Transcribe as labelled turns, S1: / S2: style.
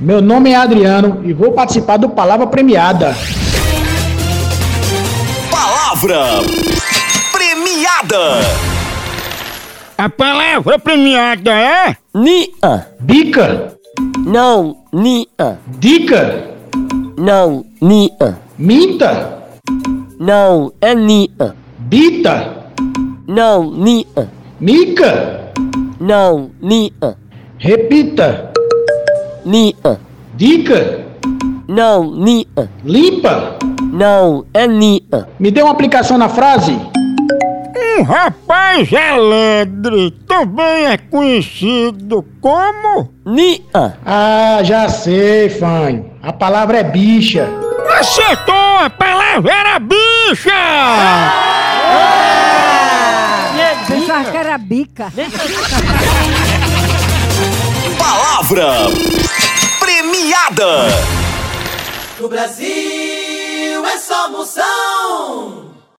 S1: Meu nome é Adriano e vou participar do Palavra Premiada.
S2: Palavra premiada.
S3: A palavra premiada é
S4: Nia.
S1: Dica,
S4: Não, Nia.
S1: dica,
S4: Não, Nia.
S1: minta,
S4: Não, é Nia.
S1: dita,
S4: Não, Nia.
S1: mica,
S4: Não, Nia.
S1: repita,
S4: Nia.
S1: dica,
S4: Não, Nia.
S1: limpa.
S4: Não, é Nia.
S1: Me dê uma aplicação na frase.
S3: um rapaz alegre, também é conhecido como.
S4: Nia.
S1: Ah, já sei, fanho. A palavra é bicha.
S3: Acertou! A palavra era bicha!
S5: Pensava que era bica.
S2: Palavra premiada.
S6: No Brasil é só moção.